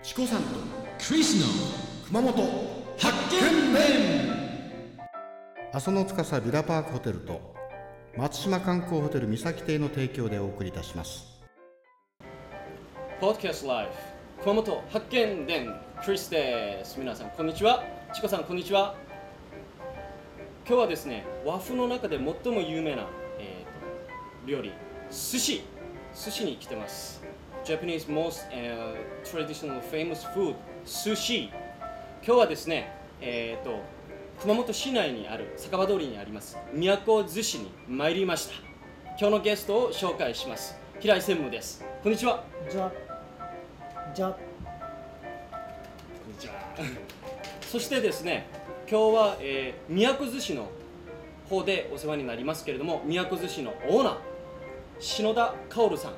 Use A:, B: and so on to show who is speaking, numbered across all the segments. A: チコさんとクリスの熊本発見面
B: 阿蘇の司ビラパークホテルと松島観光ホテル三崎邸の提供でお送りいたします
C: ポッドキャストライフ熊本発見伝クリスです皆さんこんにちはチコさんこんにちは今日はですね和風の中で最も有名な、えーと料理寿司寿司に来てます Japanese most、uh, traditional famous food 寿司今日はですねえっ、と熊本市内にある酒場通りにあります宮古寿司に参りました今日のゲストを紹介します平井専務ですこんにちは
D: じゃじゃ
C: そしてですね今日は、えー、宮古寿司の方でお世話になりますけれども宮古寿司のオーナー篠田薫さん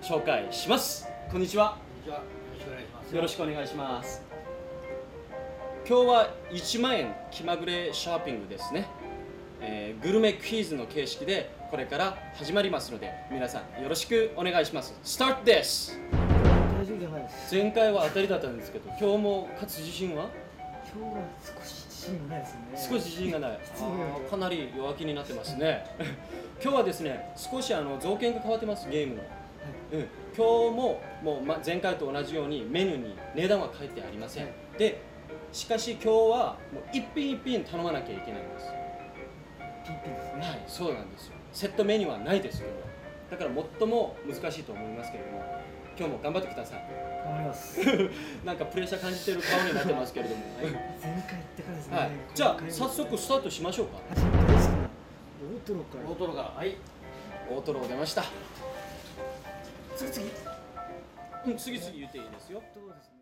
C: 紹介しますこんにちは
D: じゃよろしくお願いします
C: よろしくお願いします今日は1万円気まぐれシャーピングですね、えーグルメクイズの形式でこれから始まりますので皆さんよろしくお願いしますスタートです
D: 大丈夫じゃないです
C: 前回は当たりだったんですけど今日も勝つ自信は
D: 今日は少し自信がないですね
C: 少し自信がない
D: 失礼
C: あーかなり弱気になってます ね今日はですね少しあの造形が変わってますゲームの、うん、今日ももうま前回と同じようにメニューに値段は書いてありません、
D: は
C: でしかし今日はもう一品一品頼まなきゃいけないんです
D: ピンピンですね
C: はい、そうなんですよ。セットメニューはないですけど、だから最も難しいと思いますけれども、今日も頑張ってください。
D: 頑張ります
C: なんかプレッシャー感じてる顔になってますけれども。
D: 前回行ってからですね、
C: はい、じゃあ早
D: 今
C: 速スタートしましょうか。
D: 回も大好きな大トロから
C: 大トロから、はい。大トロ出ました。
D: 次次
C: うん、次々言っていいですよ。
D: 大トロですね